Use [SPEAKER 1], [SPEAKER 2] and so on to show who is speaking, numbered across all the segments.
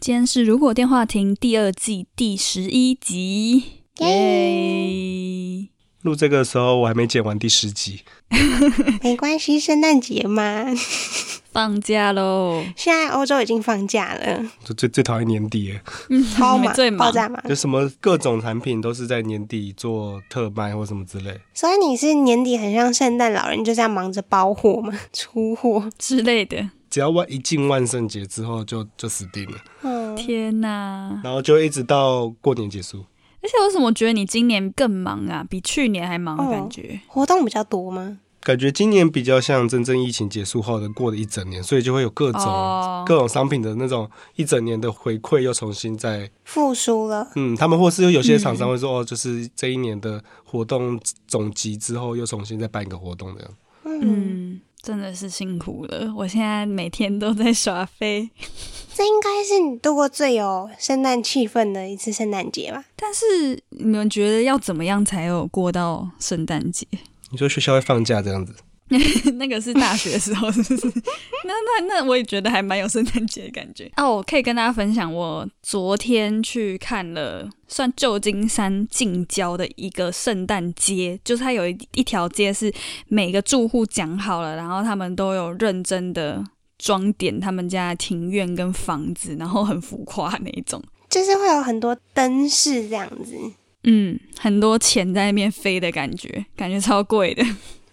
[SPEAKER 1] 今天是《如果电话亭》第二季第十一集，耶！
[SPEAKER 2] 录这个的时候我还没剪完第十集，
[SPEAKER 3] 没关系，圣诞节嘛，
[SPEAKER 1] 放假喽，
[SPEAKER 3] 现在欧洲已经放假了，
[SPEAKER 2] 就最最讨厌年底了，
[SPEAKER 1] 嗯，
[SPEAKER 3] 超
[SPEAKER 1] 你们
[SPEAKER 3] 忙
[SPEAKER 1] 最，忙
[SPEAKER 3] 爆，炸忙。
[SPEAKER 2] 就什么各种产品都是在年底做特卖或什么之类。
[SPEAKER 3] 所以你是年底很像圣诞老人，就这样忙着包货吗？ 出货？
[SPEAKER 1] 之类的。
[SPEAKER 2] 只要万一进万圣节之后就就死定了，
[SPEAKER 3] 嗯，
[SPEAKER 1] 天哪！
[SPEAKER 2] 然后就一直到过年结束。
[SPEAKER 1] 而且为什么我觉得你今年更忙啊？比去年还忙的感觉。
[SPEAKER 3] 活动比较多吗？
[SPEAKER 2] 感觉今年比较像真正疫情结束后的过了一整年，所以就会有各种、
[SPEAKER 1] 哦
[SPEAKER 2] 各种商品的那种一整年的回馈，又重新在
[SPEAKER 3] 复苏了，
[SPEAKER 2] 嗯，他们或是有些厂商会说、哦，就是这一年的活动总集之后，又重新再办一个活动这样。
[SPEAKER 3] 嗯，
[SPEAKER 1] 嗯，真的是辛苦了。我现在每天都在耍飞，
[SPEAKER 3] 这应该是你度过最有圣诞气氛的一次圣诞节吧？
[SPEAKER 1] 但是你们觉得要怎么样才有过到圣诞节？
[SPEAKER 2] 你说学校会放假这样子？
[SPEAKER 1] 那个是大学的时候，是 不是？那那那，我也觉得还蛮有圣诞节的感觉。哦，我可以跟大家分享，我昨天去看了算旧金山近郊的一个圣诞街，就是它有一一条街是每个住户讲好了，然后他们都有认真的。装点他们家的庭院跟房子，然后很浮夸那一种，
[SPEAKER 3] 就是会有很多灯饰这样子。
[SPEAKER 1] 嗯，很多钱在那边飞的感觉，感觉超贵的。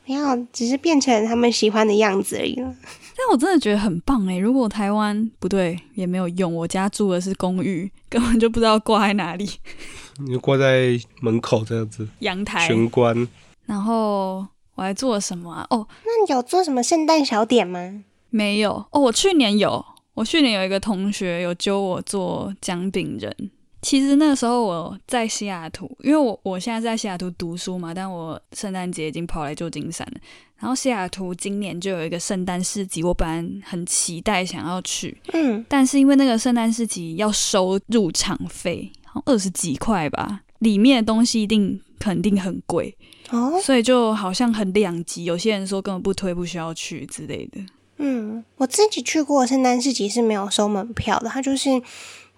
[SPEAKER 3] 没有，只是变成他们喜欢的样子而已了。
[SPEAKER 1] 但我真的觉得很棒哎！如果台湾不对也没有用，我家住的是公寓， 根本就不知道挂在哪里，
[SPEAKER 2] 你就挂在门口这样子，
[SPEAKER 1] 阳台。
[SPEAKER 2] 玄关。
[SPEAKER 1] 然后我还做了什么啊？哦，
[SPEAKER 3] 那你有做什么圣诞小点吗？
[SPEAKER 1] 没有哦，我去年有，我去年有一个同学有揪我做姜饼人。其实那时候我在西雅图，因为我我现在在西雅图读书嘛，但我圣诞节已经跑来旧金山了。然后西雅图今年就有一个圣诞市集，我本来很期待想要去，
[SPEAKER 3] 嗯，
[SPEAKER 1] 但是因为那个圣诞市集要收入场费，好像二十几块吧，里面的东西一定肯定很贵，
[SPEAKER 3] 哦，
[SPEAKER 1] 所以就好像很两极。有些人说根本不推，不需要去之类的。
[SPEAKER 3] 嗯，我自己去过的圣诞市集是没有收门票的，它就是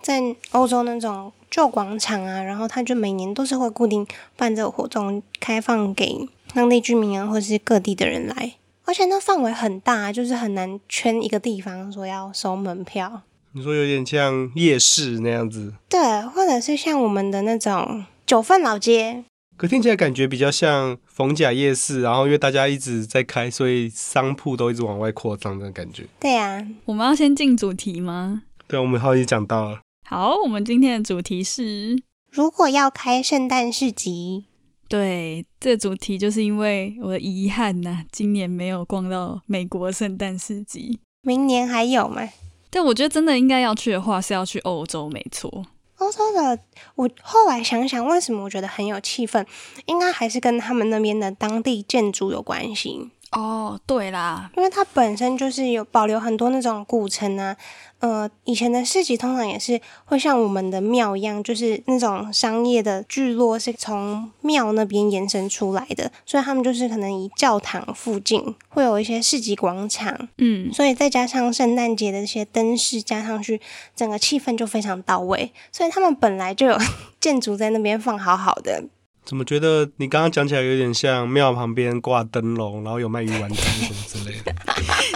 [SPEAKER 3] 在欧洲那种旧广场啊，然后它就每年都是会固定办这个活动，开放给当地居民啊，或是各地的人来。而且那范围很大，就是很难圈一个地方说要收门票。
[SPEAKER 2] 你说有点像夜市那样子，
[SPEAKER 3] 对，或者是像我们的那种九份老街，
[SPEAKER 2] 可听起来感觉比较像逢甲夜市。然后因为大家一直在开，所以商铺都一直往外扩张的感觉。
[SPEAKER 3] 对啊，
[SPEAKER 1] 我们要先进主题吗？
[SPEAKER 2] 对，我们好像已经讲到了，
[SPEAKER 1] 好，我们今天的主题是，
[SPEAKER 3] 如果要开圣诞市集，
[SPEAKER 1] 对，这主题就是因为我的遗憾呐、今年没有逛到美国圣诞市集。
[SPEAKER 3] 明年还有吗？
[SPEAKER 1] 但我觉得真的应该要去的话，是要去欧洲，没错。
[SPEAKER 3] 欧洲的，我后来想想，为什么我觉得很有气氛，应该还是跟他们那边的当地建筑有关系，
[SPEAKER 1] 哦，对啦，
[SPEAKER 3] 因为它本身就是有保留很多那种古城啊，呃，以前的市集通常也是会像我们的庙一样，就是那种商业的聚落是从庙那边延伸出来的，所以他们就是可能以教堂附近会有一些市集广场，
[SPEAKER 1] 嗯，
[SPEAKER 3] 所以再加上圣诞节的一些灯饰加上去，整个气氛就非常到位。所以他们本来就有 建筑在那边放好好的，
[SPEAKER 2] 怎么觉得你刚刚讲起来有点像庙旁边挂灯笼，然后有卖鱼丸子什么之类的？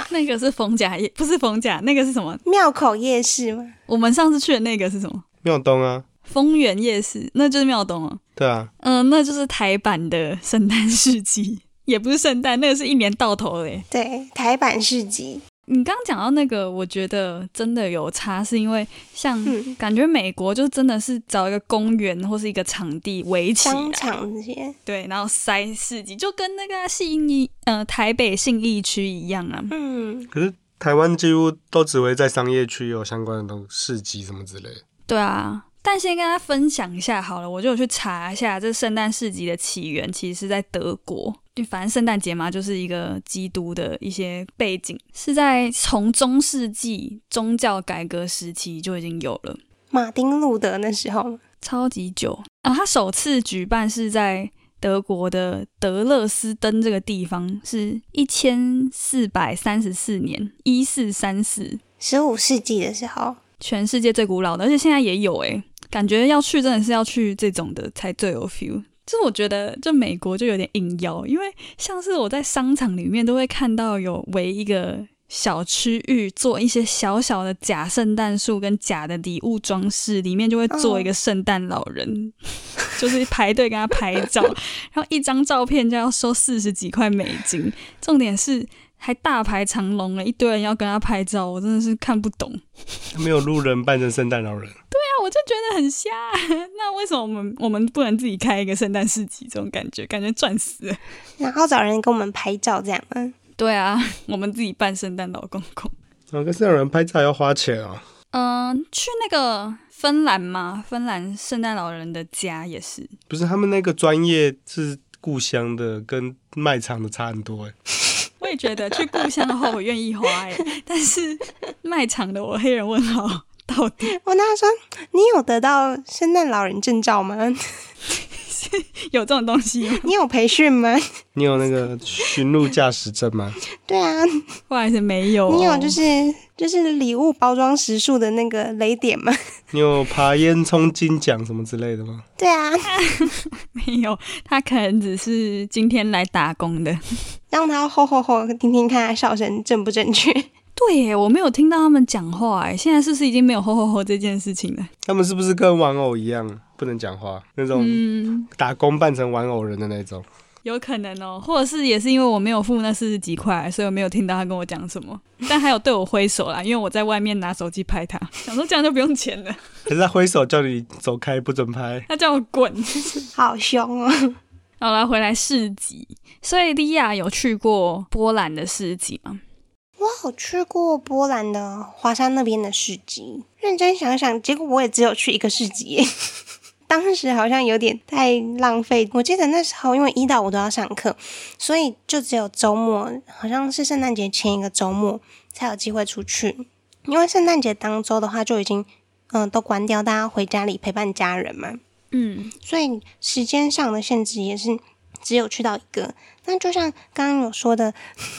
[SPEAKER 1] 那个是逢甲夜，不是逢甲，那个是什么？
[SPEAKER 3] 庙口夜市嘛。
[SPEAKER 1] 我们上次去的那个是什么？
[SPEAKER 2] 庙东啊，
[SPEAKER 1] 丰原夜市，那就是庙东哦。
[SPEAKER 2] 对啊，
[SPEAKER 1] 嗯、那就是台版的圣诞市集， 也不是圣诞，那个是一年到头嘞。
[SPEAKER 3] 对，台版市集，
[SPEAKER 1] 你刚刚讲到那个，我觉得真的有差，是因为像
[SPEAKER 3] 嗯
[SPEAKER 1] 感觉美国就真的是找一个公园或是一个场地围起来，
[SPEAKER 3] 商场这些，
[SPEAKER 1] 对，然后塞市集，就跟那个啊信义呃台北信义区一样啊。
[SPEAKER 3] 嗯，
[SPEAKER 2] 可是。台湾几乎都只会在商业区有相关的东市集什么之类的。
[SPEAKER 1] 对啊，但先跟大家分享一下好了，我就有去查一下这圣诞市集的起源，其实是在德国。就反正圣诞节嘛，就是一个基督的一些背景，是在从中世纪宗教改革时期就已经有了，
[SPEAKER 3] 马丁路德那时候，
[SPEAKER 1] 超级久啊！它首次举办是在德国的德勒斯登这个地方，是一千四百三十四年，一四三四。
[SPEAKER 3] 十五世纪的时候，
[SPEAKER 1] 全世界最古老的，而且现在也有诶、欸感觉要去真的是要去这种的才最有 feel。就是我觉得，就美国就有点硬要，因为像是我在商场里面都会看到有围一个小区域做一些小小的假圣诞树跟假的礼物装饰，里面就会做一个圣诞老人， 就是排队跟他拍照， 然后一张照片就要收四十几块美金，重点是还大排长龙了，一堆人要跟他拍照，我真的是看不懂。
[SPEAKER 2] 没有路人扮成圣诞老人，
[SPEAKER 1] 我就觉得很瞎。 那为什么我们我们不能自己开一个圣诞市集？这种感觉，感觉赚死了。
[SPEAKER 3] 然后找人跟我们拍照这样，嗯，
[SPEAKER 1] 对啊， 我们自己办圣诞老公公。
[SPEAKER 2] 然后跟圣诞老人拍照还要花钱哦。
[SPEAKER 1] 嗯、去那个芬兰嘛，芬兰圣诞老人的家也是。
[SPEAKER 2] 不是他们那个专业是故乡的，跟卖场的差很多哎。
[SPEAKER 1] 我也觉得去故乡的话，我愿意花哎、但是卖场的我黑人问号到底
[SPEAKER 3] 我那时候你有得到圣诞老人证照吗？
[SPEAKER 1] 有这种东西吗？
[SPEAKER 3] 你有培训吗？
[SPEAKER 2] 你有那个巡路驾驶证吗？
[SPEAKER 3] 对啊，
[SPEAKER 1] 我还是没有、哦。
[SPEAKER 3] 你有啊就是就是礼物包装时数的那个雷点吗？
[SPEAKER 2] 你有爬烟囱金奖什么之类的吗？
[SPEAKER 3] 对啊，
[SPEAKER 1] 没有？他可能只是今天来打工的。
[SPEAKER 3] 让他吼吼吼听听看他笑声正不正 确。
[SPEAKER 1] 对耶，我没有听到他们讲话耶。现在是不是已经没有吼吼吼这件事情了？
[SPEAKER 2] 他们是不是跟玩偶一样不能讲话？那种
[SPEAKER 1] 嗯，
[SPEAKER 2] 打工扮成玩偶人的那种，
[SPEAKER 1] 有可能哦，或者是也是因为我没有付那四十几块，所以我没有听到他跟我讲什么，但还有对我挥手啦，因为我在外面拿手机拍他，想说这样就不用钱了，
[SPEAKER 2] 可是他挥手叫你走开，不准拍。
[SPEAKER 1] 他叫我滚。
[SPEAKER 3] 好凶哦！
[SPEAKER 1] 好了，回来市集，所以莉亚有去过波兰的市集吗？
[SPEAKER 3] 我有去过波兰的华沙那边的市集，认真想想，结果我也只有去一个市集耶。 当时好像有点太浪费。我记得那时候因为一到五都要上课，所以就只有周末，好像是圣诞节前一个周末才有机会出去。因为圣诞节当周的话就已经，嗯、都关掉，大家回家里陪伴家人嘛。
[SPEAKER 1] 嗯，
[SPEAKER 3] 所以时间上的限制也是只有去到一个。那就像刚刚有说的，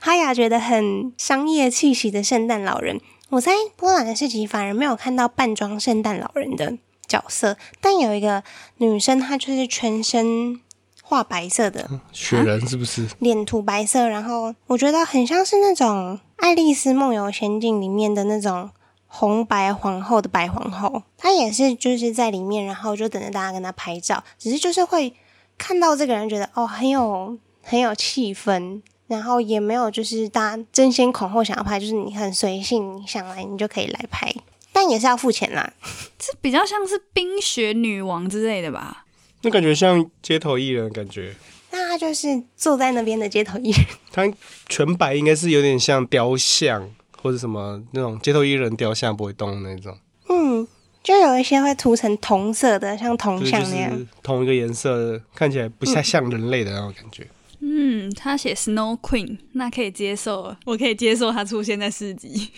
[SPEAKER 3] 哈雅觉得很商业气息的圣诞老人，我在波兰的市集反而没有看到扮装圣诞老人的角色，但有一个女生，她就是全身画白色的，
[SPEAKER 2] 雪人是不是？
[SPEAKER 3] 脸涂白色，然后我觉得很像是那种《爱丽丝梦游仙境》里面的那种红白皇后的白皇后，她也是就是在里面，然后就等着大家跟她拍照，只是就是会看到这个人觉得哦很有很有气氛，然后也没有就是大家争先恐后想要拍，就是你很随性，你想来你就可以来拍，但也是要付钱啦。
[SPEAKER 1] 这比较像是冰雪女王之类的吧？
[SPEAKER 2] 那感觉像街头艺人，感觉
[SPEAKER 3] 那她就是坐在那边的街头艺人。
[SPEAKER 2] 他全白应该是有点像雕像或者什么那种街头艺人雕像不会动的那种，
[SPEAKER 3] 嗯，就有一些会涂成同色的，像铜
[SPEAKER 2] 就是
[SPEAKER 3] 像
[SPEAKER 2] 就
[SPEAKER 3] 那样。
[SPEAKER 2] 是同一个颜色，看起来不像像人类的那种感觉。
[SPEAKER 1] 嗯，他写 Snow Queen，那可以接受了，我可以接受他出现在市集。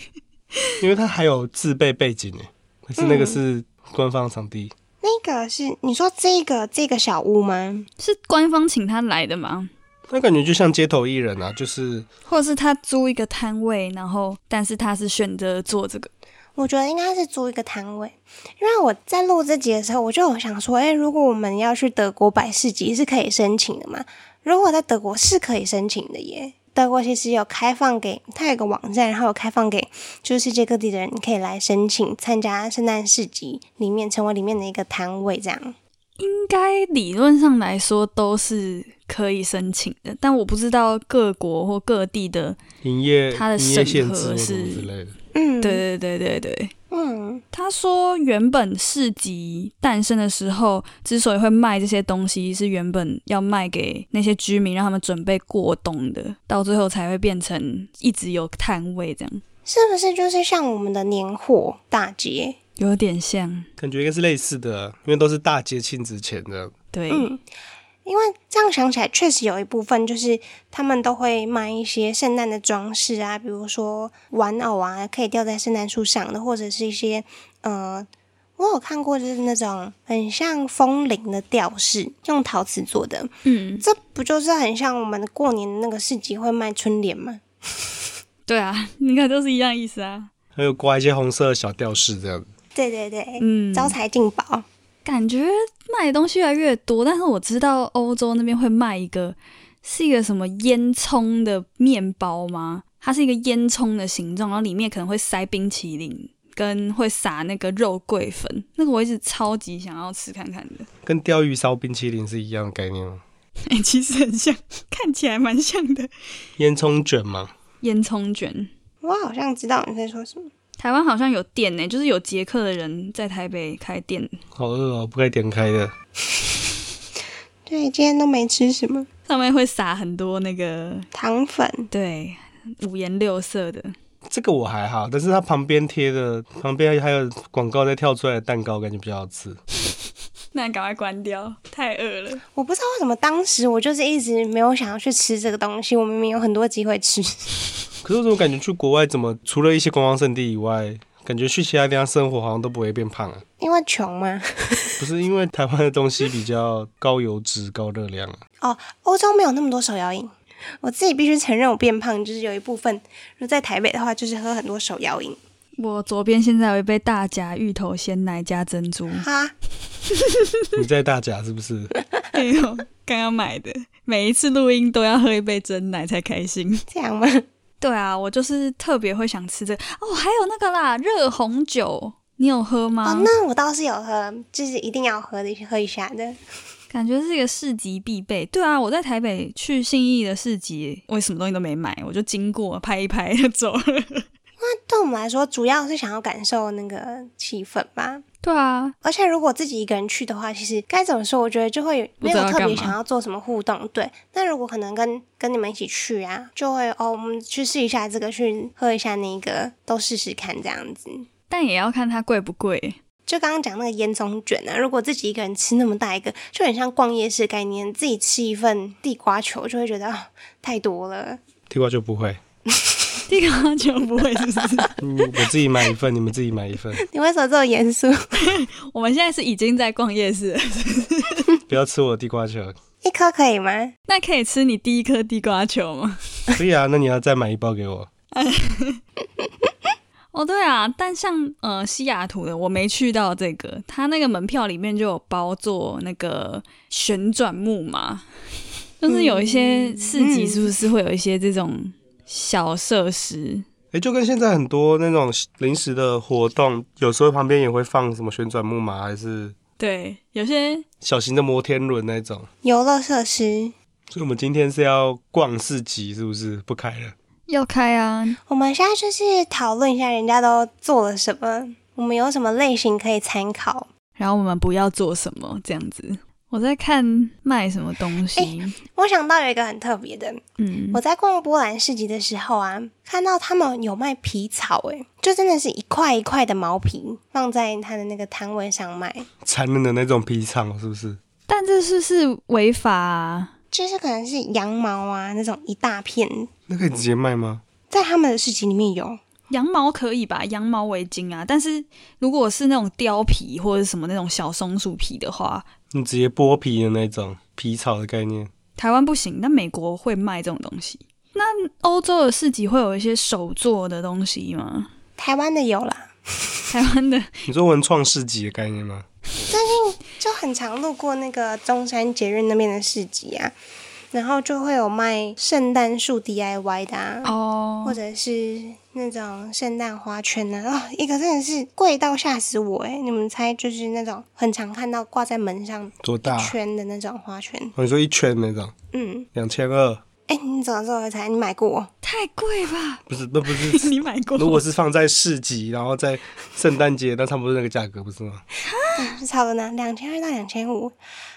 [SPEAKER 2] 因为它还有自备背景诶，可是那个是官方场地，
[SPEAKER 3] 那个是你说这个这个小屋吗？
[SPEAKER 1] 是官方请他来的吗？
[SPEAKER 2] 那感觉就像街头艺人啊，就是
[SPEAKER 1] 或者是他租一个摊位，然后但是他是选择做这个？
[SPEAKER 3] 我觉得应该是租一个摊位，因为我在录这集的时候，我就有想说，诶，如果我们要去德国摆市集是可以申请的嘛？如果在德国是可以申请的耶。德国其实有开放给，它有一个网站，然后有开放给就是世界各地的人，你可以来申请参加圣诞市集，里面成为里面的一个摊位这样。
[SPEAKER 1] 应该理论上来说都是可以申请的，但我不知道各国或各地的
[SPEAKER 2] 营业
[SPEAKER 1] 它的
[SPEAKER 2] 营业限
[SPEAKER 1] 审核
[SPEAKER 2] 制或什么
[SPEAKER 1] 是
[SPEAKER 2] 之类的。
[SPEAKER 3] 嗯，
[SPEAKER 1] 对对对对对。
[SPEAKER 3] 嗯，
[SPEAKER 1] 他说，原本市集诞生的时候，之所以会卖这些东西，是原本要卖给那些居民，让他们准备过冬的，到最后才会变成一直有摊位这样，
[SPEAKER 3] 是不是就是像我们的年货大街？
[SPEAKER 1] 有点像。
[SPEAKER 2] 感觉应该是类似的，因为都是大节庆之前的。
[SPEAKER 1] 对，
[SPEAKER 3] 嗯，因为这样想起来，确实有一部分就是他们都会卖一些圣诞的装饰啊，比如说玩偶啊，可以吊在圣诞树上的，或者是一些呃，我有看过就是那种很像风铃的吊饰，用陶瓷做的，
[SPEAKER 1] 嗯，
[SPEAKER 3] 这不就是很像我们过年的那个市集会卖春联吗？
[SPEAKER 1] 对啊，你看都是一样意思啊。
[SPEAKER 2] 还有挂一些红色的小吊饰这样。
[SPEAKER 3] 对对对，
[SPEAKER 1] 嗯，
[SPEAKER 3] 招财进宝。
[SPEAKER 1] 感觉卖的东西越来越多，但是我知道欧洲那边会卖一个，是一个什么烟囱的面包吗？它是一个烟囱的形状，然后里面可能会塞冰淇淋，跟会撒那个肉桂粉，那个我一直超级想要吃看看的。
[SPEAKER 2] 跟鲷鱼烧冰淇淋是一样的概念吗？
[SPEAKER 1] 哎、其实很像，看起来蛮像的
[SPEAKER 2] 烟囱卷嘛，
[SPEAKER 1] 烟囱卷。
[SPEAKER 3] 我好像知道你在说什么。
[SPEAKER 1] 台湾好像有店呢、欸就是有捷克的人在台北开店。
[SPEAKER 2] 好饿哦，不该点开的。
[SPEAKER 3] 对，今天都没吃什么
[SPEAKER 1] 上面会撒很多那个，
[SPEAKER 3] 糖粉，
[SPEAKER 1] 对，五颜六色的，
[SPEAKER 2] 这个我还好，但是它旁边贴的，旁边还有广告在跳出来的蛋糕，感觉比较好吃。
[SPEAKER 1] 那赶快关掉，太饿了。
[SPEAKER 3] 我不知道为什么当时我就是一直没有想要去吃这个东西。我明明有很多机会吃，
[SPEAKER 2] 可是我怎么感觉去国外，怎么除了一些观光胜地以外，感觉去其他地方生活好像都不会变胖啊？
[SPEAKER 3] 因为穷嘛。
[SPEAKER 2] 不是因为台湾的东西比较高油脂、高热量啊，
[SPEAKER 3] 哦，欧洲没有那么多手摇饮。我自己必须承认，我变胖就是有一部分。如果在台北的话，就是喝很多手摇饮。
[SPEAKER 1] 我左边现在有一杯大甲芋头鲜奶加珍 珠，
[SPEAKER 3] 哈，
[SPEAKER 2] 你在大甲是不是？
[SPEAKER 1] 哎呦，刚刚买的，每一次录音都要喝一杯真奶才开心。
[SPEAKER 3] 这样吗？
[SPEAKER 1] 对啊，我就是特别会想吃这个哦，还有那个啦，热红酒，你有喝吗？
[SPEAKER 3] 哦，那我倒是有喝，就是一定要喝的，喝一下的。
[SPEAKER 1] 感觉是一个市集必备。对啊，我在台北去信义的市集，我什么东西都没买，我就经过拍一拍就走了。
[SPEAKER 3] 对我们来说，主要是想要感受那个气氛吧。
[SPEAKER 1] 对啊，
[SPEAKER 3] 而且如果自己一个人去的话，其实该怎么说？我觉得就会没有特别想要做什么互动。对，那如果可能跟跟你们一起去啊，就会哦，我们去试一下这个，去喝一下那个，都试试看这样子。
[SPEAKER 1] 但也要看它贵不贵。
[SPEAKER 3] 就刚刚讲那个烟囱卷啊，如果自己一个人吃那么大一个，就很像逛夜市的概念。自己吃一份地瓜球，就会觉得、哦、太多了。
[SPEAKER 2] 地瓜就不会。
[SPEAKER 1] 地瓜球不会是不是？
[SPEAKER 2] 嗯我自己买一份，你们自己买一份，
[SPEAKER 3] 你为什么这么严肃？
[SPEAKER 1] 我们现在是已经在逛夜 市了，
[SPEAKER 2] 不要吃我的地瓜球。
[SPEAKER 3] 一颗可以吗？
[SPEAKER 1] 那可以吃你第一颗地瓜球吗？
[SPEAKER 2] 可以啊，那你要再买一包给我。
[SPEAKER 1] 哦，对啊，但像呃西雅图的我没去到这个，它那个门票里面就有包做那个旋转木马， 就是有一些市集是不是会有一些这种小设施？
[SPEAKER 2] 诶，就跟现在很多那种临时的活动，有时候旁边也会放什么旋转木马，还是
[SPEAKER 1] 对，有些
[SPEAKER 2] 小型的摩天轮那种。
[SPEAKER 3] 游乐设施，
[SPEAKER 2] 所以我们今天是要逛市集，是不是？不开了。
[SPEAKER 1] 要开啊，
[SPEAKER 3] 我们现在就是讨论一下人家都做了什么，我们有什么类型可以参考。
[SPEAKER 1] 然后我们不要做什么这样子。我在看卖什么东西，
[SPEAKER 3] 我想到有一个很特别的，
[SPEAKER 1] 嗯，
[SPEAKER 3] 我在逛波兰市集的时候啊，看到他们有卖皮草、欸，诶，就真的是一块一块的毛皮放在他的那个摊位上卖，
[SPEAKER 2] 残忍的那种皮草，是不是？
[SPEAKER 1] 但这是是违法啊、
[SPEAKER 3] 就是可能是羊毛啊那种一大片，
[SPEAKER 2] 那可以直接卖吗？
[SPEAKER 3] 在他们的市集里面有。
[SPEAKER 1] 羊毛可以吧，羊毛围巾啊。但是如果是那种貂皮或者什么那种小松鼠皮的话，
[SPEAKER 2] 你直接剥皮的那种皮草的概念，
[SPEAKER 1] 台湾不行，但美国会卖这种东西。那欧洲的市集会有一些手做的东西吗？
[SPEAKER 3] 台湾的有啦，
[SPEAKER 1] 台湾的
[SPEAKER 2] 你说文创市集的概念吗？
[SPEAKER 3] 就很常路过那个中山捷运那边的市集啊，然后就会有卖圣诞树 DIY 的啊，
[SPEAKER 1] 哦
[SPEAKER 3] 或，者是那种圣诞花圈呢、啊，哦，一个真的是贵到吓死我诶、你们猜就是那种很常看到挂在门上
[SPEAKER 2] 多大？
[SPEAKER 3] 圈的那种花圈，
[SPEAKER 2] 哦，你说一圈那种，
[SPEAKER 3] 嗯，
[SPEAKER 2] 两千二，
[SPEAKER 3] 哎、你怎么这么才？你买过我？
[SPEAKER 1] 太贵吧？
[SPEAKER 2] 不是，那不 是。
[SPEAKER 1] 你买过？
[SPEAKER 2] 如果是放在市集，然后在圣诞节，那差不多是那个价格，不是吗？
[SPEAKER 3] 是草的呢，两千二到两千五，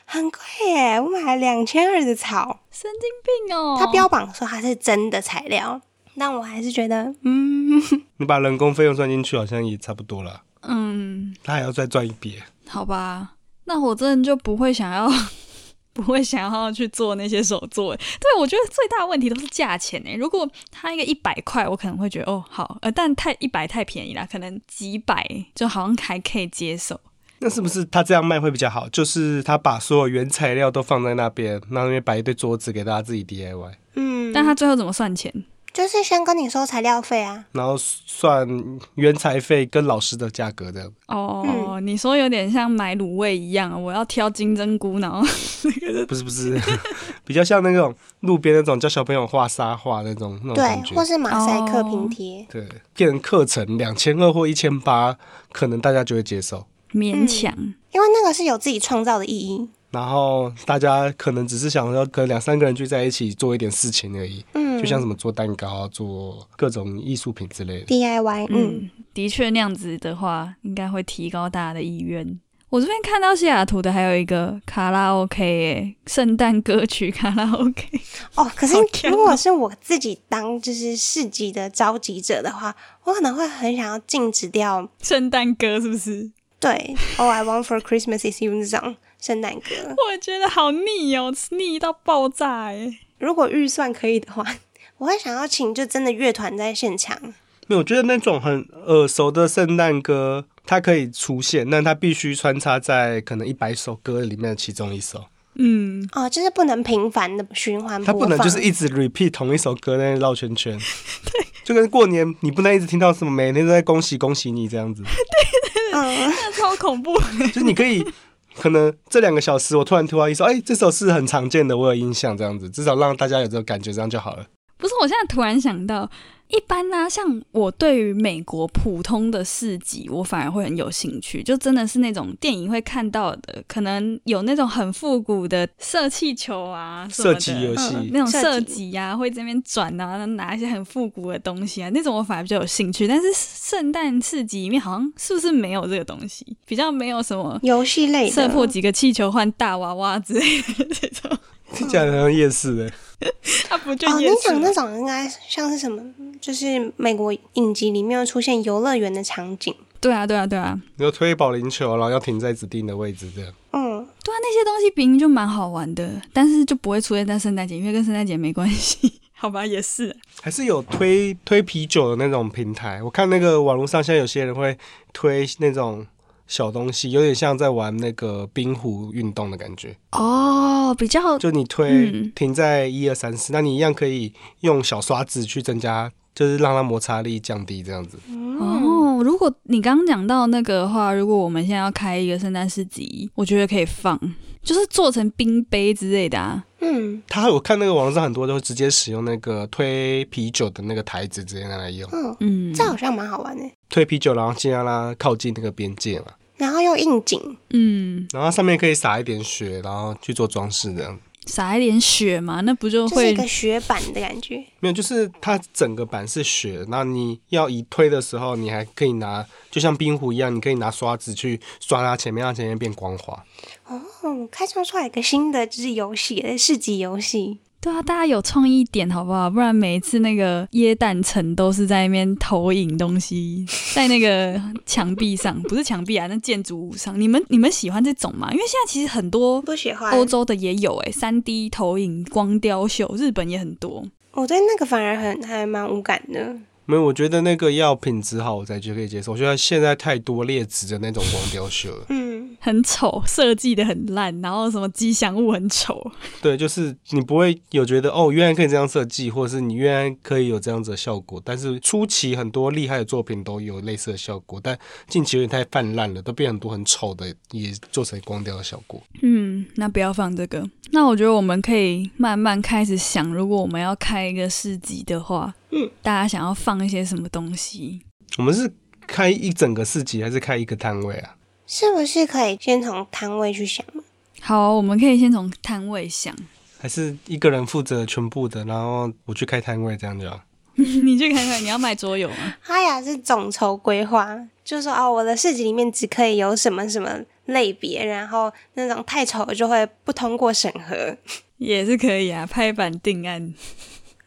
[SPEAKER 3] 很贵耶！我买了两千二的草，
[SPEAKER 1] 神经病哦！
[SPEAKER 3] 它标榜说它是真的材料，但我还是觉得，嗯，
[SPEAKER 2] 你把人工费用算进去，好像也差不多了。
[SPEAKER 1] 嗯，
[SPEAKER 2] 他还要再赚一笔，
[SPEAKER 1] 好吧，那我真的就不会想要， 不会想要去做那些手作。欸对，我觉得最大的问题都是价钱诶。如果他一个一百块，我可能会觉得哦好，呃，但太一百太便宜啦，可能几百就好像还可以接受。
[SPEAKER 2] 那是不是他这样卖会比较好？就是他把所有原材料都放在那边，那那边摆一堆桌子给大家自己 DIY，
[SPEAKER 3] 嗯，
[SPEAKER 1] 但他最后怎么算钱？
[SPEAKER 3] 就是先跟你收材料费啊，
[SPEAKER 2] 然后算原材费跟老师的价格这样。
[SPEAKER 1] 哦，你说有点像买卤味一样，我要挑金针菇，然后
[SPEAKER 2] 不是不是， 比较像那种路边那种教小朋友画沙画那种那种
[SPEAKER 3] 对
[SPEAKER 2] 感，觉
[SPEAKER 3] 或。是马赛克
[SPEAKER 1] 哦
[SPEAKER 3] 拼贴，
[SPEAKER 2] 对，变成课程两千二或一千八，可能大家就会接受。
[SPEAKER 1] 勉强。
[SPEAKER 3] 因为那个是有自己创造的意义。
[SPEAKER 2] 然后大家可能只是想要跟两三个人聚在一起做一点事情而已，
[SPEAKER 3] 嗯，
[SPEAKER 2] 就像什么做蛋糕、啊做各种艺术品之类的。
[SPEAKER 3] DIY，嗯，
[SPEAKER 1] 嗯，的确那样子的话，应该会提高大家的意愿。我这边看到西雅图的还有一个卡拉 OK，耶圣诞歌曲卡拉 OK，
[SPEAKER 3] 哦，可是
[SPEAKER 1] 好强哦
[SPEAKER 3] 如果是我自己当就是市集的召集者的话，我可能会很想要禁止掉
[SPEAKER 1] 圣诞歌是不是？
[SPEAKER 3] 对 All I Want for Christmas is You 那种圣诞歌。
[SPEAKER 1] 我也觉得好腻哦，腻到爆炸哎！
[SPEAKER 3] 如果预算可以的话，我会想要请就真的乐团在现场。
[SPEAKER 2] 没有，我觉得那种很耳熟的圣诞歌，它可以出现，但它必须穿插在可能一百首歌里面的其中一首，
[SPEAKER 1] 嗯，
[SPEAKER 3] 哦，就是不能频繁的循环
[SPEAKER 2] 它
[SPEAKER 3] 播
[SPEAKER 2] 不
[SPEAKER 3] 放，
[SPEAKER 2] 能就是一直 repeat 同一首歌在那里绕圈圈。就跟过年你不能一直听到什么每天都在恭喜恭喜你这样子，
[SPEAKER 3] 嗯，
[SPEAKER 1] 那 超恐怖。
[SPEAKER 2] 就是你可以。可能这两个小时，我突然突然一首，哎、这首是很常见的，我有印象，这样子，至少让大家有这种感觉，这样就好了。
[SPEAKER 1] 不是，我现在突然想到，一般呢、像我对于美国普通的市集，我反而会很有兴趣，就真的是那种电影会看到的，可能有那种很复古的射气球啊什么
[SPEAKER 2] 射
[SPEAKER 1] 的，
[SPEAKER 2] 击游戏，
[SPEAKER 1] 那种
[SPEAKER 3] 射
[SPEAKER 1] 射
[SPEAKER 3] 击
[SPEAKER 1] 击呀、会这边转啊，拿一些很复古的东西啊，那种我反而比较有兴趣。但是圣诞市集里面好像是不是没有这个东西，比较没有什么
[SPEAKER 3] 游戏类的哦
[SPEAKER 1] 射破几个气球换大娃娃之类的这种，
[SPEAKER 2] 听起来很像夜市欸的、
[SPEAKER 1] 啊不就
[SPEAKER 3] 哦，你
[SPEAKER 1] 也是
[SPEAKER 3] 讲
[SPEAKER 1] 吗
[SPEAKER 3] 那种应该像是什么？就是美国影集里面会出现游乐园的场景。
[SPEAKER 1] 对啊对啊对啊，
[SPEAKER 2] 你要推保龄球，然后要停在指定的位置，这样。
[SPEAKER 3] 嗯，
[SPEAKER 1] 对啊，那些东西明明就蛮好玩的，但是就不会出现在圣诞节，因为跟圣诞节没关系。 好吧，也是。
[SPEAKER 2] 还是有推推啤酒的那种平台，我看那个网络上现在有些人会推那种小东西，有点像在玩那个冰壶运动的感觉。
[SPEAKER 1] 哦，比较
[SPEAKER 2] 就你推
[SPEAKER 1] 嗯
[SPEAKER 2] 停在一二三四，那你一样可以用小刷子去增加，就是让它摩擦力降低这样子。
[SPEAKER 3] 嗯
[SPEAKER 1] 哦。如果你刚刚讲到那个的话，如果我们现在要开一个圣诞市集，我觉得可以放，就是做成冰杯之类的啊。
[SPEAKER 3] 嗯
[SPEAKER 2] 它我看那个网上很多都直接使用那个推啤酒的那个台子，直接拿来用
[SPEAKER 3] 嗯，
[SPEAKER 1] 嗯，
[SPEAKER 3] 这好像蛮好玩的。
[SPEAKER 2] 推啤酒，然后尽量让它靠近那个边界嘛。
[SPEAKER 3] 然后又应景，
[SPEAKER 1] 嗯，
[SPEAKER 2] 然后上面可以撒一点雪，然后去做装饰这样。
[SPEAKER 1] 撒一点雪嘛，那不就
[SPEAKER 3] 就是
[SPEAKER 1] 会
[SPEAKER 3] 一个雪板的感觉。
[SPEAKER 2] 没有，就是它整个板是雪，那你要移推的时候，你还可以拿，就像冰壶一样，你可以拿刷子去刷它前面，让前面变光滑。
[SPEAKER 3] 哦，开创出来一个新的就是游戏，市集游戏。
[SPEAKER 1] 对啊？大家有创意一点好不好？不然每一次那个椰蛋城都是在那边投影东西，在那个墙壁上，不是墙壁啊，那建筑物上。你们你们喜欢这种吗？因为现在其实很多
[SPEAKER 3] 不喜欢
[SPEAKER 1] 欧洲的也有哎、三 D 投影、光雕秀，日本也很多。
[SPEAKER 3] 我对那个反而很还蛮无感的。。
[SPEAKER 2] 没有，我觉得那个要品质好，我才觉得可以接受。我觉得现在太多劣质的那种光雕秀了
[SPEAKER 3] 嗯，
[SPEAKER 1] 很丑，设计的很烂，然后什么吉祥物很丑，
[SPEAKER 2] 对，就是你不会有觉得哦，原来可以这样设计，或者是你原来可以有这样子的效果。但是初期很多厉害的作品都有类似的效果，但近期有点太泛滥了，都变很多很丑的，也做成光雕的效果。
[SPEAKER 1] 嗯，那不要放这个。那我觉得我们可以慢慢开始想，如果我们要开一个市集的话，
[SPEAKER 3] 嗯，
[SPEAKER 1] 大家想要放一些什么东西？
[SPEAKER 2] 我们是开一整个市集，还是开一个摊位啊？
[SPEAKER 3] 是不是可以先从摊位去想？
[SPEAKER 1] 好，我们可以先从摊位想。
[SPEAKER 2] 还是一个人负责全部的，然后我去开摊位这样就好。
[SPEAKER 1] 你去看看，你要买桌游吗？
[SPEAKER 3] 哈雅是总筹规划，就是说哦，我的市集里面只可以有什么什么类别，然后那种太丑的就会不通过审核。
[SPEAKER 1] 也是可以啊，拍板定案。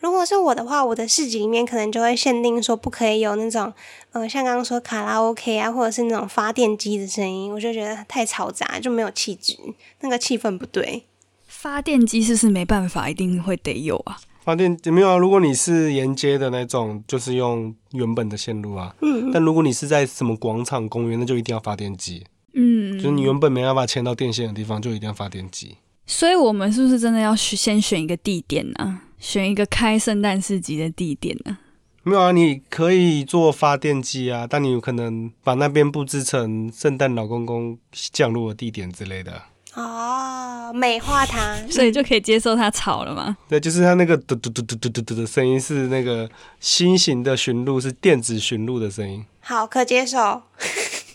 [SPEAKER 3] 如果是我的话，我的市集里面可能就会限定说不可以有那种，呃，像刚刚说卡拉 OK 啊，或者是那种发电机的声音，我就觉得太嘈杂，就没有气质，那个气氛不对。
[SPEAKER 1] 发电机是不是没办法，一定会得有啊？
[SPEAKER 2] 发电没有啊？如果你是沿街的那种，就是用原本的线路啊。
[SPEAKER 3] 嗯，
[SPEAKER 2] 但如果你是在什么广场、公园，那就一定要发电机。
[SPEAKER 1] 嗯，
[SPEAKER 2] 就是你原本没办法牵到电线的地方，就一定要发电机。
[SPEAKER 1] 所以我们是不是真的要去先选一个地点呢、选一个开圣诞市集的地点呢、
[SPEAKER 2] 没有啊，你可以做发电机啊，但你有可能把那边布置成圣诞老公公降落的地点之类的。
[SPEAKER 3] 哦，美化它，
[SPEAKER 1] 所以就可以接受它吵了嘛？
[SPEAKER 2] 对，就是它那个嘟嘟嘟嘟嘟嘟嘟的声音是那个新型的驯鹿，是电子驯鹿的声音。
[SPEAKER 3] 好可接受。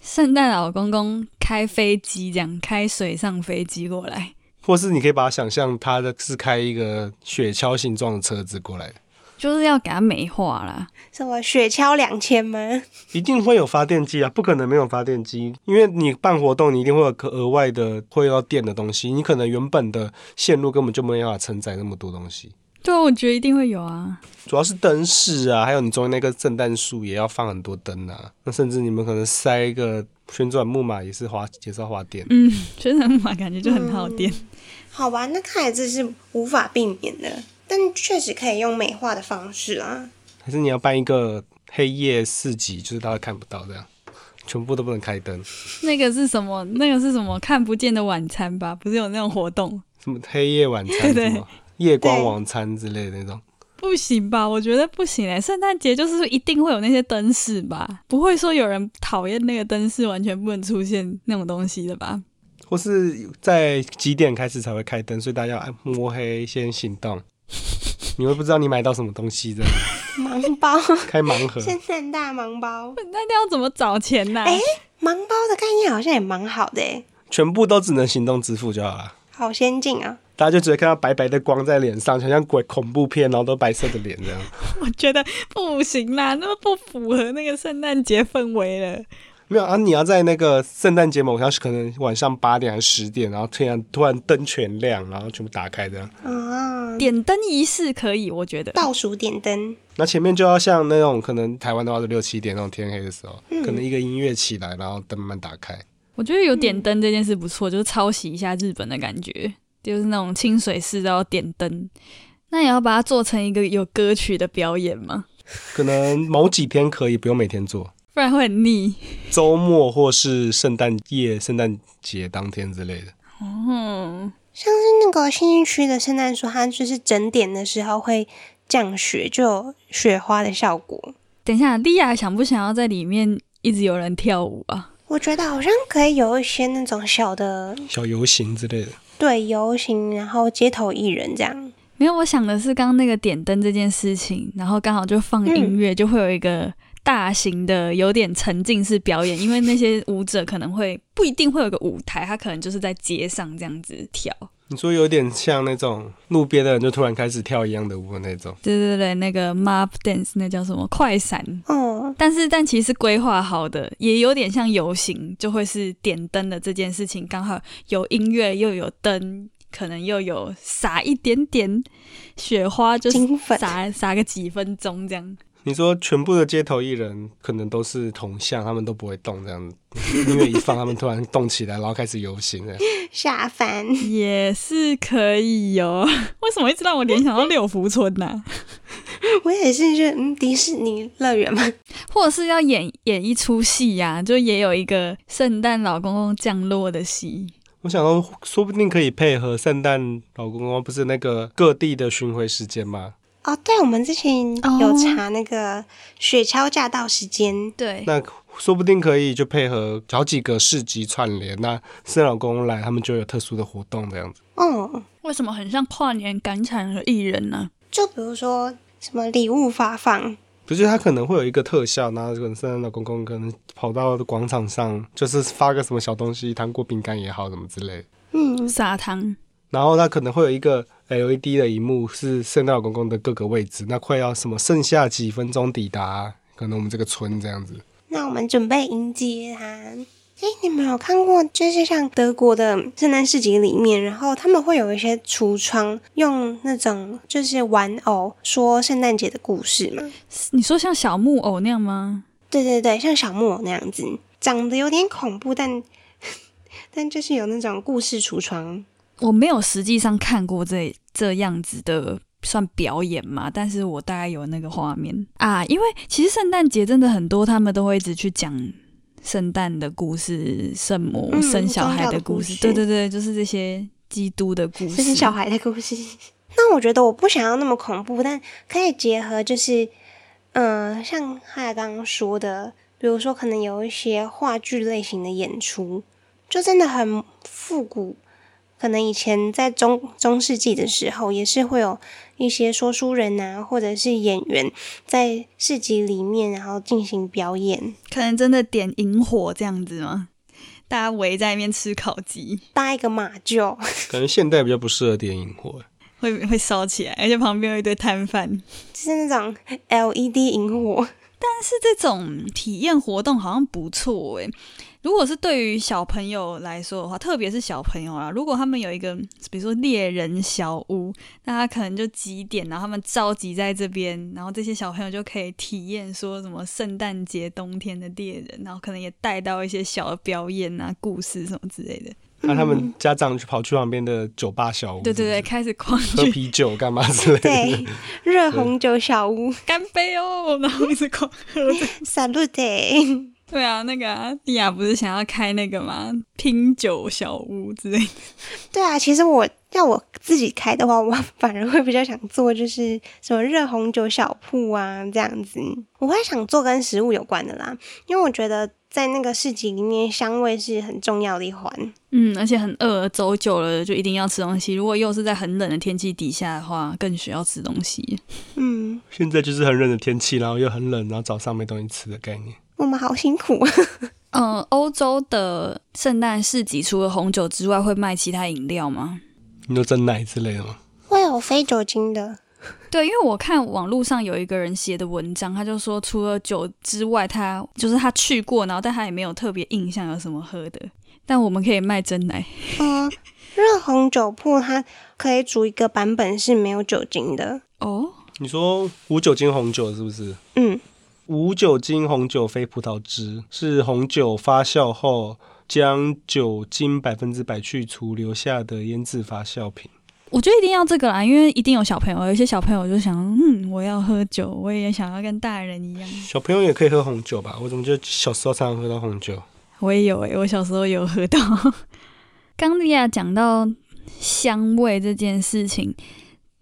[SPEAKER 1] 圣诞老公公开飞机，这样开水上飞机过来，
[SPEAKER 2] 或是你可以把它想象，它的是开一个雪橇形状的车子过来的，
[SPEAKER 1] 就是要给它美化啦。
[SPEAKER 3] 什么雪橇两千吗？
[SPEAKER 2] 一定会有发电机啊，不可能没有发电机，因为你办活动，你一定会有可额外的会要电的东西，你可能原本的线路根本就没办法承载那么多东西，
[SPEAKER 1] 对啊，我觉得一定会有啊。
[SPEAKER 2] 主要是灯饰啊，还有你中间那个圣诞树也要放很多灯啊，那甚至你们可能塞一个旋转木马也是花也是要花电，
[SPEAKER 1] 嗯，旋转木马感觉就很耗电。
[SPEAKER 3] 好吧，那看来这是无法避免的，但确实可以用美化的方式啊。
[SPEAKER 2] 还是你要办一个黑夜市集，就是大家看不到这样，全部都不能开灯。
[SPEAKER 1] 那个是什么？那个是什么？看不见的晚餐吧？不是有那种活动？
[SPEAKER 2] 什么黑夜晚餐，
[SPEAKER 1] 对
[SPEAKER 2] 什么夜光晚餐之类的那种。
[SPEAKER 1] 不行吧？我觉得不行哎、圣诞节就是一定会有那些灯饰吧，不会说有人讨厌那个灯饰，完全不能出现那种东西的吧？
[SPEAKER 2] 或是在几点开始才会开灯，所以大家要按摸黑先行动。你会不知道你买到什么东西的，
[SPEAKER 3] 盲 包，
[SPEAKER 2] 开盲盒。
[SPEAKER 3] 圣诞大盲包，
[SPEAKER 1] 那要怎么找钱呢、
[SPEAKER 3] 哎盲包的概念好像也蛮好的诶，
[SPEAKER 2] 全部都只能行动支付就好了。
[SPEAKER 3] 好先进啊！
[SPEAKER 2] 大家就只会看到白白的光在脸上，想像鬼恐怖片，然后都白色的脸这样。
[SPEAKER 1] 我觉得不行啦，那不符合那个圣诞节氛围了。
[SPEAKER 2] 没有啊，你要在那个圣诞节某天，可能晚上八点还是十点，然后突然突然灯全亮，然后全部打开这样。
[SPEAKER 3] 啊，
[SPEAKER 1] 点灯仪式可以，我觉得。
[SPEAKER 3] 倒数点灯，
[SPEAKER 2] 那前面就要像那种可能台湾的话是六七点那种天黑的时候，可能一个音乐起来，然后灯慢慢打开。
[SPEAKER 1] 我觉得有点灯这件事不错，就是抄袭一下日本的感觉，就是那种清水寺都要点灯。那也要把它做成一个有歌曲的表演吗？
[SPEAKER 2] 可能某几天可以不用每天做，
[SPEAKER 1] 不然会很腻。
[SPEAKER 2] 周末或是圣诞夜、圣诞节当天之类的。
[SPEAKER 1] 嗯，
[SPEAKER 3] 像是那个新义区的圣诞树，它就是整点的时候会降雪，就有雪花的效果。
[SPEAKER 1] 等一下，莉亚想不想要在里面一直有人跳舞啊？
[SPEAKER 3] 我觉得好像可以有一些那种小的
[SPEAKER 2] 小游行之类的，
[SPEAKER 3] 对游行，然后街头艺人这样。
[SPEAKER 1] 没有，我想的是刚刚那个点灯这件事情，然后刚好就放音乐，就会有一个大型的有点沉浸式表演，因为那些舞者可能会不一定会有个舞台，他可能就是在街上这样子跳。
[SPEAKER 2] 你说有点像那种路边的人就突然开始跳一样的舞的那种，
[SPEAKER 1] 对对对，那个 mob dance 那叫什么快闪？
[SPEAKER 3] 哦，
[SPEAKER 1] 但是但其实是规划好的，也有点像游行，就会是点灯的这件事情，刚好有音乐又有灯，可能又有撒一点点雪花，就是
[SPEAKER 3] 金粉
[SPEAKER 1] 撒撒个几分钟这样。
[SPEAKER 2] 你说全部的街头艺人可能都是铜像，他们都不会动这样子，音乐一放，他们突然动起来，然后开始游行这样。
[SPEAKER 3] 下凡。
[SPEAKER 1] 也是可以哟、为什么一直让我联想到六福村啊呢、
[SPEAKER 3] 我也是觉得，嗯，迪士尼乐园嘛，
[SPEAKER 1] 或者是要演演一出戏呀、就也有一个圣诞老公公降落的戏。
[SPEAKER 2] 我想说，说不定可以配合圣诞老公公，不是那个各地的巡回时间吗？
[SPEAKER 3] 哦，对，我们之前
[SPEAKER 1] 哦
[SPEAKER 3] 有查那个雪橇驾到时间，
[SPEAKER 1] 对，
[SPEAKER 2] 那说不定可以就配合好几个市集串联，那圣诞老公公来，他们就有特殊的活动这样子。
[SPEAKER 3] 哦，
[SPEAKER 1] 为什么很像跨年赶场的艺人呢、
[SPEAKER 3] 就比如说什么礼物发放，
[SPEAKER 2] 不是，他可能会有一个特效，那可能圣诞老公公可能跑到广场上，就是发个什么小东西，糖果、饼干也好，什么之类的。
[SPEAKER 3] 嗯，
[SPEAKER 1] 撒糖，
[SPEAKER 2] 然后它可能会有一个 LED 的荧幕是圣诞老公公的各个位置，那快要什么剩下几分钟抵达可能我们这个村这样子。
[SPEAKER 3] 那我们准备迎接它。哎，你们有看过，就是像德国的圣诞市集里面，然后他们会有一些橱窗，用那种就是玩偶说圣诞节的故事嘛？
[SPEAKER 1] 你说像小木偶那样吗？
[SPEAKER 3] 对对对，像小木偶那样子，长得有点恐怖，但 但就是有那种故事橱窗。
[SPEAKER 1] 我没有实际上看过这这样子的算表演嘛，但是我大概有那个画面啊，因为其实圣诞节真的很多，他们都会一直去讲圣诞的故事、圣母、
[SPEAKER 3] 嗯
[SPEAKER 1] 生小孩的故
[SPEAKER 3] 宗教的故
[SPEAKER 1] 事，
[SPEAKER 3] 事
[SPEAKER 1] 对对对，就是这些基督的故
[SPEAKER 3] 这
[SPEAKER 1] 事。
[SPEAKER 3] 是小孩的故事。那我觉得我不想要那么恐怖，但可以结合就是，嗯、像他刚刚说的，比如说可能有一些话剧类型的演出，就真的很复古。可能以前在中中世纪的时候，也是会有一些说书人啊，或者是演员在市集里面，然后进行表演。
[SPEAKER 1] 可能真的点萤火这样子吗？大家围在那边吃烤鸡，
[SPEAKER 3] 搭一个马厩，
[SPEAKER 2] 感觉现代比较不适合点萤火，
[SPEAKER 1] 会会烧起来，而且旁边有一堆摊贩。
[SPEAKER 3] 就是那种 LED 萤 火，
[SPEAKER 1] 但是这种体验活动好像不错诶。如果是对于小朋友来说的话，特别是小朋友啊，如果他们有一个比如说猎人小屋，那他可能就几点，然后他们召集在这边，然后这些小朋友就可以体验说什么圣诞节冬天的猎人，然后可能也带到一些小的表演啊、故事什么之类的。
[SPEAKER 2] 那、他们家长去跑去旁边的酒吧小屋，
[SPEAKER 1] 对对对，
[SPEAKER 2] 哦是
[SPEAKER 1] 开始狂
[SPEAKER 2] 不是，喝
[SPEAKER 1] 去
[SPEAKER 2] 啤酒干嘛之类 的。
[SPEAKER 3] 对，热红酒小屋。
[SPEAKER 1] 干杯哦，然后一直狂喝。
[SPEAKER 3] Salute！
[SPEAKER 1] 对啊，那个啊蒂、亚不是想要开那个嘛拼酒小屋之类的
[SPEAKER 3] 对啊，其实我要我自己开的话，我反而会比较想做就是什么热红酒小铺啊这样子，我会想做跟食物有关的啦，因为我觉得在那个市集里面，香味是很重要的一环。
[SPEAKER 1] 嗯，而且很饿，走久了就一定要吃东西。如果又是在很冷的天气底下的话，更需要吃东西。
[SPEAKER 3] 嗯，
[SPEAKER 2] 现在就是很冷的天气，然后又很冷，然后早上没东西吃的概念。
[SPEAKER 3] 我们好辛苦。啊
[SPEAKER 1] 嗯，欧洲的圣诞市集除了红酒之外，会卖其他饮料吗？
[SPEAKER 2] 你说蒸奶之类的吗？
[SPEAKER 3] 会有非酒精的，
[SPEAKER 1] 对，因为我看网络上有一个人写的文章，他就说除了酒之外，他就是他去过，然后但他也没有特别印象有什么喝的。但我们可以卖真奶，
[SPEAKER 3] 嗯，热红酒铺它可以煮一个版本是没有酒精的。
[SPEAKER 1] 哦，
[SPEAKER 2] 你说无酒精红酒是不是？
[SPEAKER 3] 嗯，
[SPEAKER 2] 无酒精红酒非葡萄汁是红酒发酵后将酒精百分之百去除留下的腌制发酵品。
[SPEAKER 1] 我觉得一定要这个啦，因为一定有小朋友，有一些小朋友就想，嗯，我要喝酒，我也想要跟大人一样。
[SPEAKER 2] 小朋友也可以喝红酒吧？我怎么就小时候常常喝到红酒？
[SPEAKER 1] 我也有诶、欸我小时候有喝到。 刚利亚讲到香味这件事情，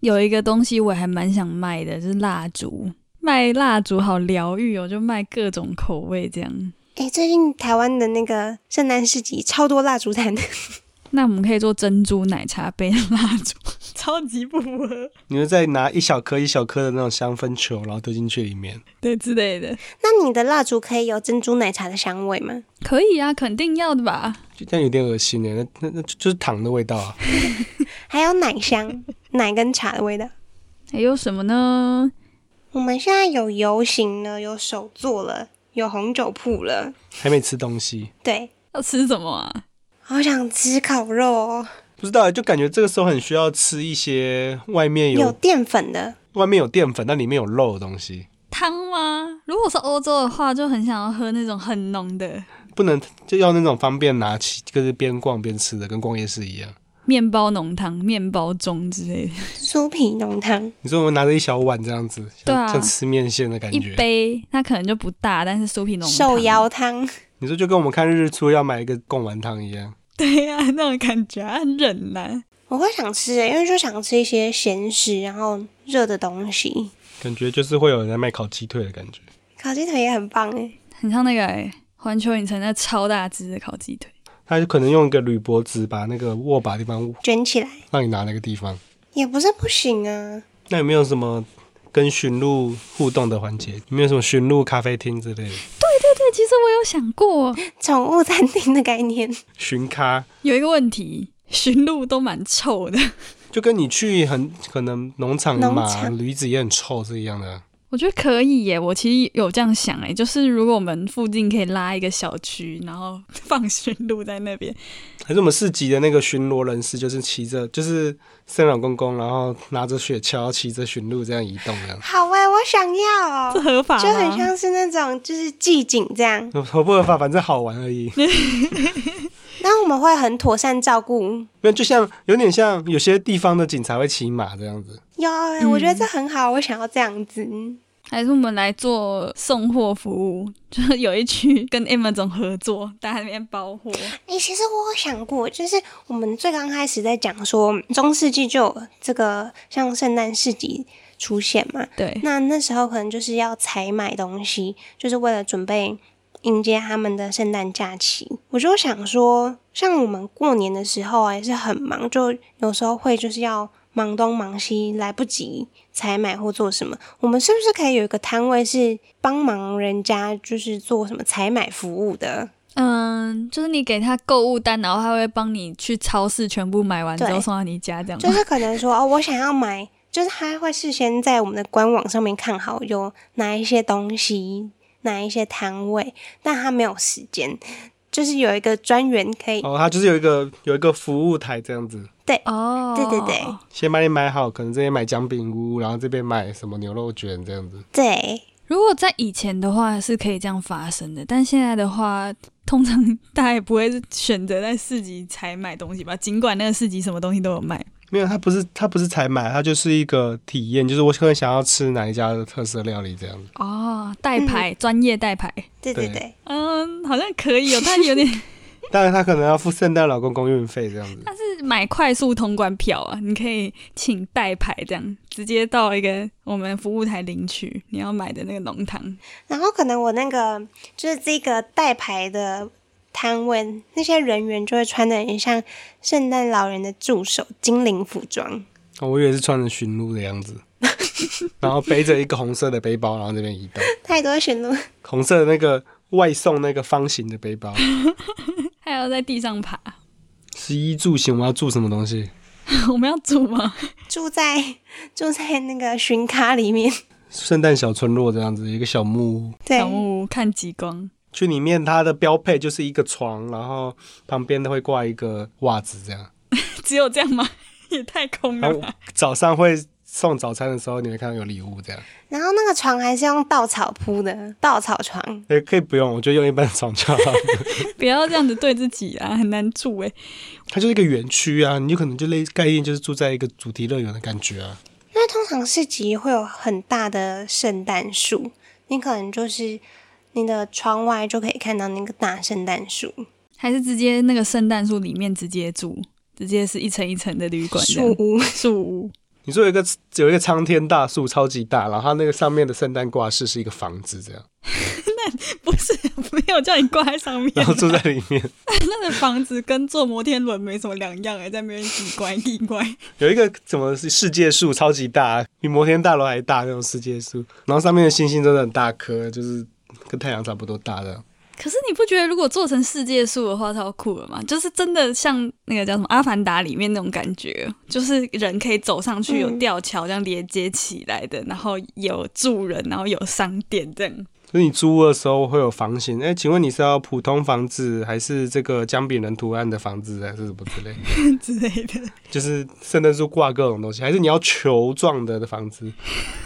[SPEAKER 1] 有一个东西我还蛮想卖的，就是蜡烛。卖蜡烛好疗愈哦，就卖各种口味这样。
[SPEAKER 3] 诶，最近台湾的那个圣诞市集超多蜡烛摊的，
[SPEAKER 1] 那我们可以做珍珠奶茶杯的蜡烛， 超级不符合，
[SPEAKER 2] 你就再拿一小颗一小颗的那种香氛球，然后丢进去里面。
[SPEAKER 1] 对之类的。
[SPEAKER 3] 那你的蜡烛可以有珍珠奶茶的香味吗？
[SPEAKER 1] 可以啊，肯定要的吧？
[SPEAKER 2] 就这样有点恶心耶，那那那就就是糖的味道啊！
[SPEAKER 3] 还有奶香，奶跟茶的味道。
[SPEAKER 1] 还有什么呢？
[SPEAKER 3] 我们现在有游行了，有手作了，有红酒铺了。
[SPEAKER 2] 还没吃东西，
[SPEAKER 3] 对，
[SPEAKER 1] 要吃什么啊？
[SPEAKER 3] 好想吃烤肉哦，
[SPEAKER 2] 不知道耶就感觉这个时候很需要吃一些外面有
[SPEAKER 3] 有淀粉的。
[SPEAKER 2] 外面有淀粉，但里面有肉的东西，
[SPEAKER 1] 汤吗？如果是欧洲的话，就很想要喝那种很浓的
[SPEAKER 2] 不能就要那种方便拿起，就是边逛边吃的，跟逛夜市一样。
[SPEAKER 1] 面包浓汤、面包盅之类的，
[SPEAKER 3] 酥皮浓汤，
[SPEAKER 2] 你说我们拿着一小碗这样子，像
[SPEAKER 1] 对啊
[SPEAKER 2] 像吃面线的感
[SPEAKER 1] 一
[SPEAKER 2] 觉。
[SPEAKER 1] 杯它可能就不大，但是酥皮浓汤
[SPEAKER 3] 手，摇汤，
[SPEAKER 2] 你说就跟我们看日出要买一个贡丸汤一样，
[SPEAKER 1] 对呀、那种感觉很忍耐。
[SPEAKER 3] 我会想吃欸诶，因为就想吃一些咸食，然后热的东西。
[SPEAKER 2] 感觉就是会有人在卖烤鸡腿的感觉。
[SPEAKER 3] 烤鸡腿也很棒诶，
[SPEAKER 1] 很像那个、欸、环球影城那超大只的烤鸡腿，
[SPEAKER 2] 他就可能用一个铝箔纸把那个握把地方
[SPEAKER 3] 卷起来
[SPEAKER 2] 让你拿那个地方。
[SPEAKER 3] 也不是不行啊。
[SPEAKER 2] 那有没有什么跟驯鹿互动的环节？有没有什么驯鹿咖啡厅之类的？
[SPEAKER 1] 对，其实我有想过
[SPEAKER 3] 宠物餐厅的概念，
[SPEAKER 2] 寻咖
[SPEAKER 1] 有一个问题。驯鹿都蛮臭的。
[SPEAKER 2] 就跟你去很可能农场
[SPEAKER 3] 农
[SPEAKER 2] 嘛，
[SPEAKER 3] 场
[SPEAKER 2] 驴子也很臭是一样的。
[SPEAKER 1] 我觉得可以耶，我其实有这样想哎，就是如果我们附近可以拉一个小区，然后放驯鹿在那边，
[SPEAKER 2] 还是我们市集的那个巡逻人士，就是骑着，就是圣老公公，然后拿着雪橇，骑着驯鹿这样移动这样。
[SPEAKER 3] 好哎、我想要
[SPEAKER 1] 这
[SPEAKER 3] 哦，
[SPEAKER 1] 合法吗？
[SPEAKER 3] 就很像是那种就是季景这样。
[SPEAKER 2] 合不合法，反正好玩而已。
[SPEAKER 3] 那我们会很妥善照顾。
[SPEAKER 2] 没有，就像有点像有些地方的警察会骑马这样子。
[SPEAKER 3] 有哎、我觉得这很好，我想要这样子。
[SPEAKER 1] 还是我们来做送货服务，就是有一区跟 Emma 总合作，大家在那边包货。
[SPEAKER 3] 哎、其实我有想过，就是我们最刚开始在讲说中世纪就有这个像圣诞市集出现嘛，
[SPEAKER 1] 对，
[SPEAKER 3] 那那时候可能就是要采买东西，就是为了准备迎接他们的圣诞假期。我就想说，像我们过年的时候啊，也是很忙，就有时候会就是要忙东忙西，来不及采买或做什么。我们是不是可以有一个摊位是帮忙人家，就是做什么采买服务的？
[SPEAKER 1] 嗯，就是你给他购物单，然后他会帮你去超市全部买完之后
[SPEAKER 3] 对
[SPEAKER 1] 送到你家，这 样吗？
[SPEAKER 3] 就是可能说哦，我想要买，就是他会事先在我们的官网上面看好有哪一些东西，哪一些摊位，但他没有时间，就是有一个专员可以，
[SPEAKER 2] 哦，它就是有一个有一个服务台这样子，
[SPEAKER 1] 哦，
[SPEAKER 3] 对对对
[SPEAKER 2] 先帮你买好，可能这边买姜饼屋，然后这边买什么牛肉卷这样子。
[SPEAKER 3] 对，
[SPEAKER 1] 如果在以前的话是可以这样发生的，但现在的话，通常大家也不会选择在市集才买东西吧，尽管那个市集什么东西都有卖。
[SPEAKER 2] 没有，它不是它不是采买，它就是一个体验，就是我可能想要吃哪一家的特色料理这样子。
[SPEAKER 1] 哦，代牌，专、业代牌，
[SPEAKER 3] 对对
[SPEAKER 2] 对
[SPEAKER 3] 对，
[SPEAKER 1] 嗯，好像可以哦，但有点
[SPEAKER 2] 当然，他可能要付圣诞老公公运费这样子。
[SPEAKER 1] 但是买快速通关票啊，你可以请代牌这样，直接到一个我们服务台领取你要买的那个浓汤。
[SPEAKER 3] 然后可能我那个就是这个代牌的摊位，那些人员就会穿的很像圣诞老人的助手精灵服装。
[SPEAKER 2] 哦我以为是穿着驯鹿的样子， 然后背着一个红色的背包，然后这边移动，
[SPEAKER 3] 太多选路，
[SPEAKER 2] 红色的那个外送那个方形的背包，
[SPEAKER 1] 还要在地上爬，
[SPEAKER 2] 十一住行，我们要住什么东西？
[SPEAKER 1] 我们要煮吗？
[SPEAKER 3] 住在住在那个巡咖里面，
[SPEAKER 2] 圣诞小村落这样子，一个小木屋，
[SPEAKER 3] 对，
[SPEAKER 1] 小木屋看极光，
[SPEAKER 2] 去里面它的标配就是一个床，然后旁边都会挂一个袜子这样，
[SPEAKER 1] 只有这样吗？也太空
[SPEAKER 2] 然
[SPEAKER 1] 了
[SPEAKER 2] 后
[SPEAKER 1] 吧！
[SPEAKER 2] 早上会送早餐的时候，你会看到有礼物这样，
[SPEAKER 3] 然后那个床还是用稻草铺的，稻草床。
[SPEAKER 2] 也可以不用，我就用一般的床就好 了。
[SPEAKER 1] 不要这样子对自己啊，很难住哎、
[SPEAKER 2] 它就是一个园区啊，你就可能就类概念就是住在一个主题乐园的感觉啊。
[SPEAKER 3] 因为通常市集会有很大的圣诞树，你可能就是你的窗外就可以看到那个大圣诞树，
[SPEAKER 1] 还是直接那个圣诞树里面直接住，直接是一层一层的旅馆这
[SPEAKER 3] 树
[SPEAKER 1] 样
[SPEAKER 3] 屋。
[SPEAKER 1] 树屋。
[SPEAKER 2] 你说有一个有一个苍天大树，超级大，然后它那个上面的圣诞挂饰是一个房子这样，
[SPEAKER 1] 不是，没有叫你挂在上面啊、
[SPEAKER 2] 然后住在里面。
[SPEAKER 1] 那个房子跟坐摩天轮没什么两样哎、在那边奇怪奇怪。
[SPEAKER 2] 有一个什么是世界树，超级大，比摩天大楼还大那种世界树，然后上面的星星真的很大颗，就是跟太阳差不多大的。
[SPEAKER 1] 可是你不觉得如果做成世界树的话，超酷了吗？就是真的像那个叫什么《阿凡达》里面那种感觉，就是人可以走上去，
[SPEAKER 3] 嗯
[SPEAKER 1] 有吊桥这样连接起来的，然后有住人，然后有商店这样。
[SPEAKER 2] 所以你租屋的时候会有房型，哎，请问你是要普通房子，还是这个姜饼人图案的房子，还是什么之类？
[SPEAKER 1] 之类的，
[SPEAKER 2] 就是圣诞树挂各种东西，还是你要球状的房子？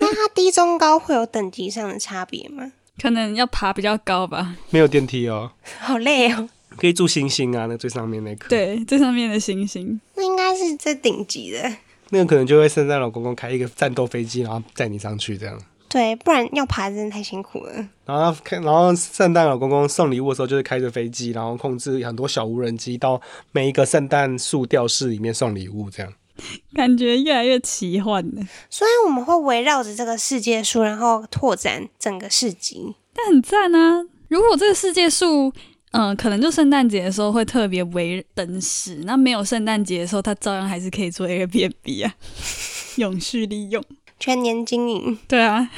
[SPEAKER 3] 那它低中高会有等级上的差别吗？
[SPEAKER 1] 可能要爬比较高吧。
[SPEAKER 2] 没有电梯哦，
[SPEAKER 3] 好累哦。
[SPEAKER 2] 可以住星星啊，那最上面那颗。
[SPEAKER 1] 对，最上面的星星，
[SPEAKER 3] 那应该是最顶级的，
[SPEAKER 2] 那个可能就会圣诞老公公开一个战斗飞机，然后载你上去这样。
[SPEAKER 3] 对，不然要爬真的太辛苦了。
[SPEAKER 2] 然后看，然后圣诞老公公送礼物的时候，就是开着飞机，然后控制很多小无人机到每一个圣诞树吊饰里面送礼物，这样。
[SPEAKER 1] 感觉越来越奇幻了，
[SPEAKER 3] 所以我们会围绕着这个世界树，然后拓展整个市集。
[SPEAKER 1] 但很赞啊！如果这个世界树，嗯、可能就圣诞节的时候会特别为灯饰，那没有圣诞节的时候，它照样还是可以做 Airbnb 啊， 永续利用。
[SPEAKER 3] 全年经营。
[SPEAKER 1] 对啊，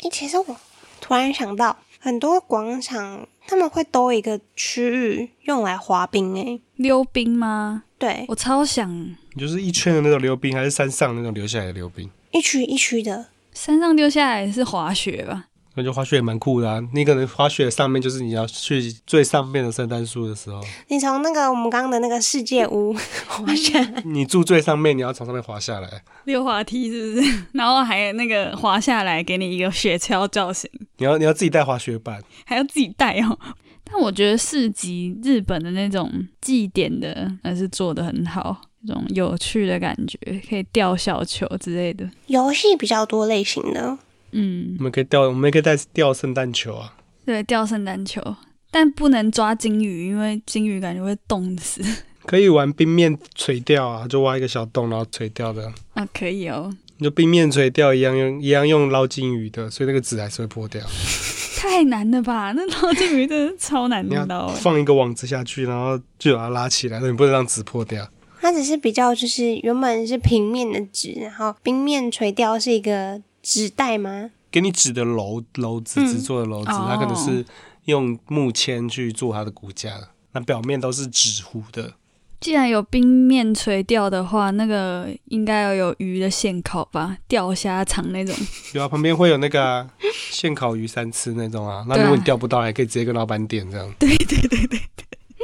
[SPEAKER 3] 诶、其实我突然想到，很多广场他们会兜一个区域用来滑冰、欸，诶，
[SPEAKER 1] 溜冰吗？
[SPEAKER 3] 对，
[SPEAKER 1] 我超想
[SPEAKER 2] 你就是一圈的那种溜冰，还是山上那种留下来的溜冰？
[SPEAKER 3] 一区一区的，
[SPEAKER 1] 山上溜下来是滑雪吧？
[SPEAKER 2] 那就滑雪也蛮酷的啊！你可能滑雪上面就是你要去最上面的圣诞树的时候，
[SPEAKER 3] 你从那个我们刚刚的那个世界屋滑下来，
[SPEAKER 2] 你住最上面，你要从上面滑下来，
[SPEAKER 1] 溜滑梯是不是？ 然后还有那个滑下来，给你一个雪橇造型，
[SPEAKER 2] 你要你要自己带滑雪板，
[SPEAKER 1] 还要自己带哦。 但我觉得市集日本的那种祭典的，还是做的很好，这种有趣的感觉，可以吊小球之类的。
[SPEAKER 3] 游戏比较多类型的，
[SPEAKER 1] 嗯
[SPEAKER 2] 我，们可以吊，我们也可以带吊圣诞球啊。
[SPEAKER 1] 对，吊圣诞球，但不能抓金鱼，因为金鱼感觉会冻死。
[SPEAKER 2] 可以玩冰面垂钓啊，就挖一个小洞，然后垂钓的，
[SPEAKER 1] 啊，可以哦，
[SPEAKER 2] 你就冰面垂钓一样用一样用捞金鱼的，所以那个纸还是会破掉。
[SPEAKER 1] 嗯太难了吧？那捞金鱼真的是超难
[SPEAKER 2] 你要
[SPEAKER 1] 捞欸。
[SPEAKER 2] 放一个网子下去，然后就把它拉起来，你不能让纸破掉。
[SPEAKER 3] 它只是比较就是原本是平面的纸，然后冰面垂钓是一个纸袋吗？
[SPEAKER 2] 给你纸的篓篓子，
[SPEAKER 3] 嗯
[SPEAKER 2] 纸做的篓子，
[SPEAKER 1] 哦
[SPEAKER 2] 它可能是用木签去做它的骨架的，那表面都是纸糊的。
[SPEAKER 1] 既然有冰面垂钓的话，那个应该要有鱼的现烤吧，钓虾场那种。
[SPEAKER 2] 有啊，旁边会有那个啊现烤鱼三吃那种啊。那
[SPEAKER 1] 对啊
[SPEAKER 2] 如果你钓不到，还可以直接跟老板点 这样。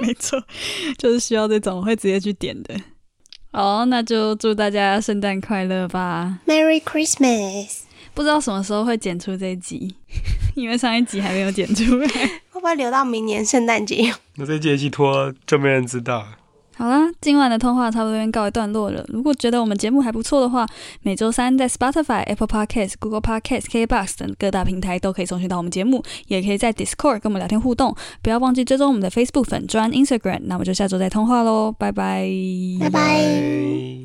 [SPEAKER 1] 没错，就是需要这种会直接去点的。哦，那就祝大家圣诞快乐吧！
[SPEAKER 3] Merry Christmas！
[SPEAKER 1] 不知道什么时候会剪出这一集， 因为上一集还没有剪出来。
[SPEAKER 3] 会不会留到明年圣诞节？
[SPEAKER 2] 那这届寄托就没人知道了。
[SPEAKER 1] 好啦，今晚的通话差不多告一段落了。如果觉得我们节目还不错的话，每周三在 Spotify、Apple Podcast、Google Podcast、KBox 等各大平台都可以送讯到我们节目，也可以在 Discord 跟我们聊天互动。不要忘记追踪我们的 Facebook 粉专、Instagram。那我们就下周再通话喽，拜拜。
[SPEAKER 3] 拜拜。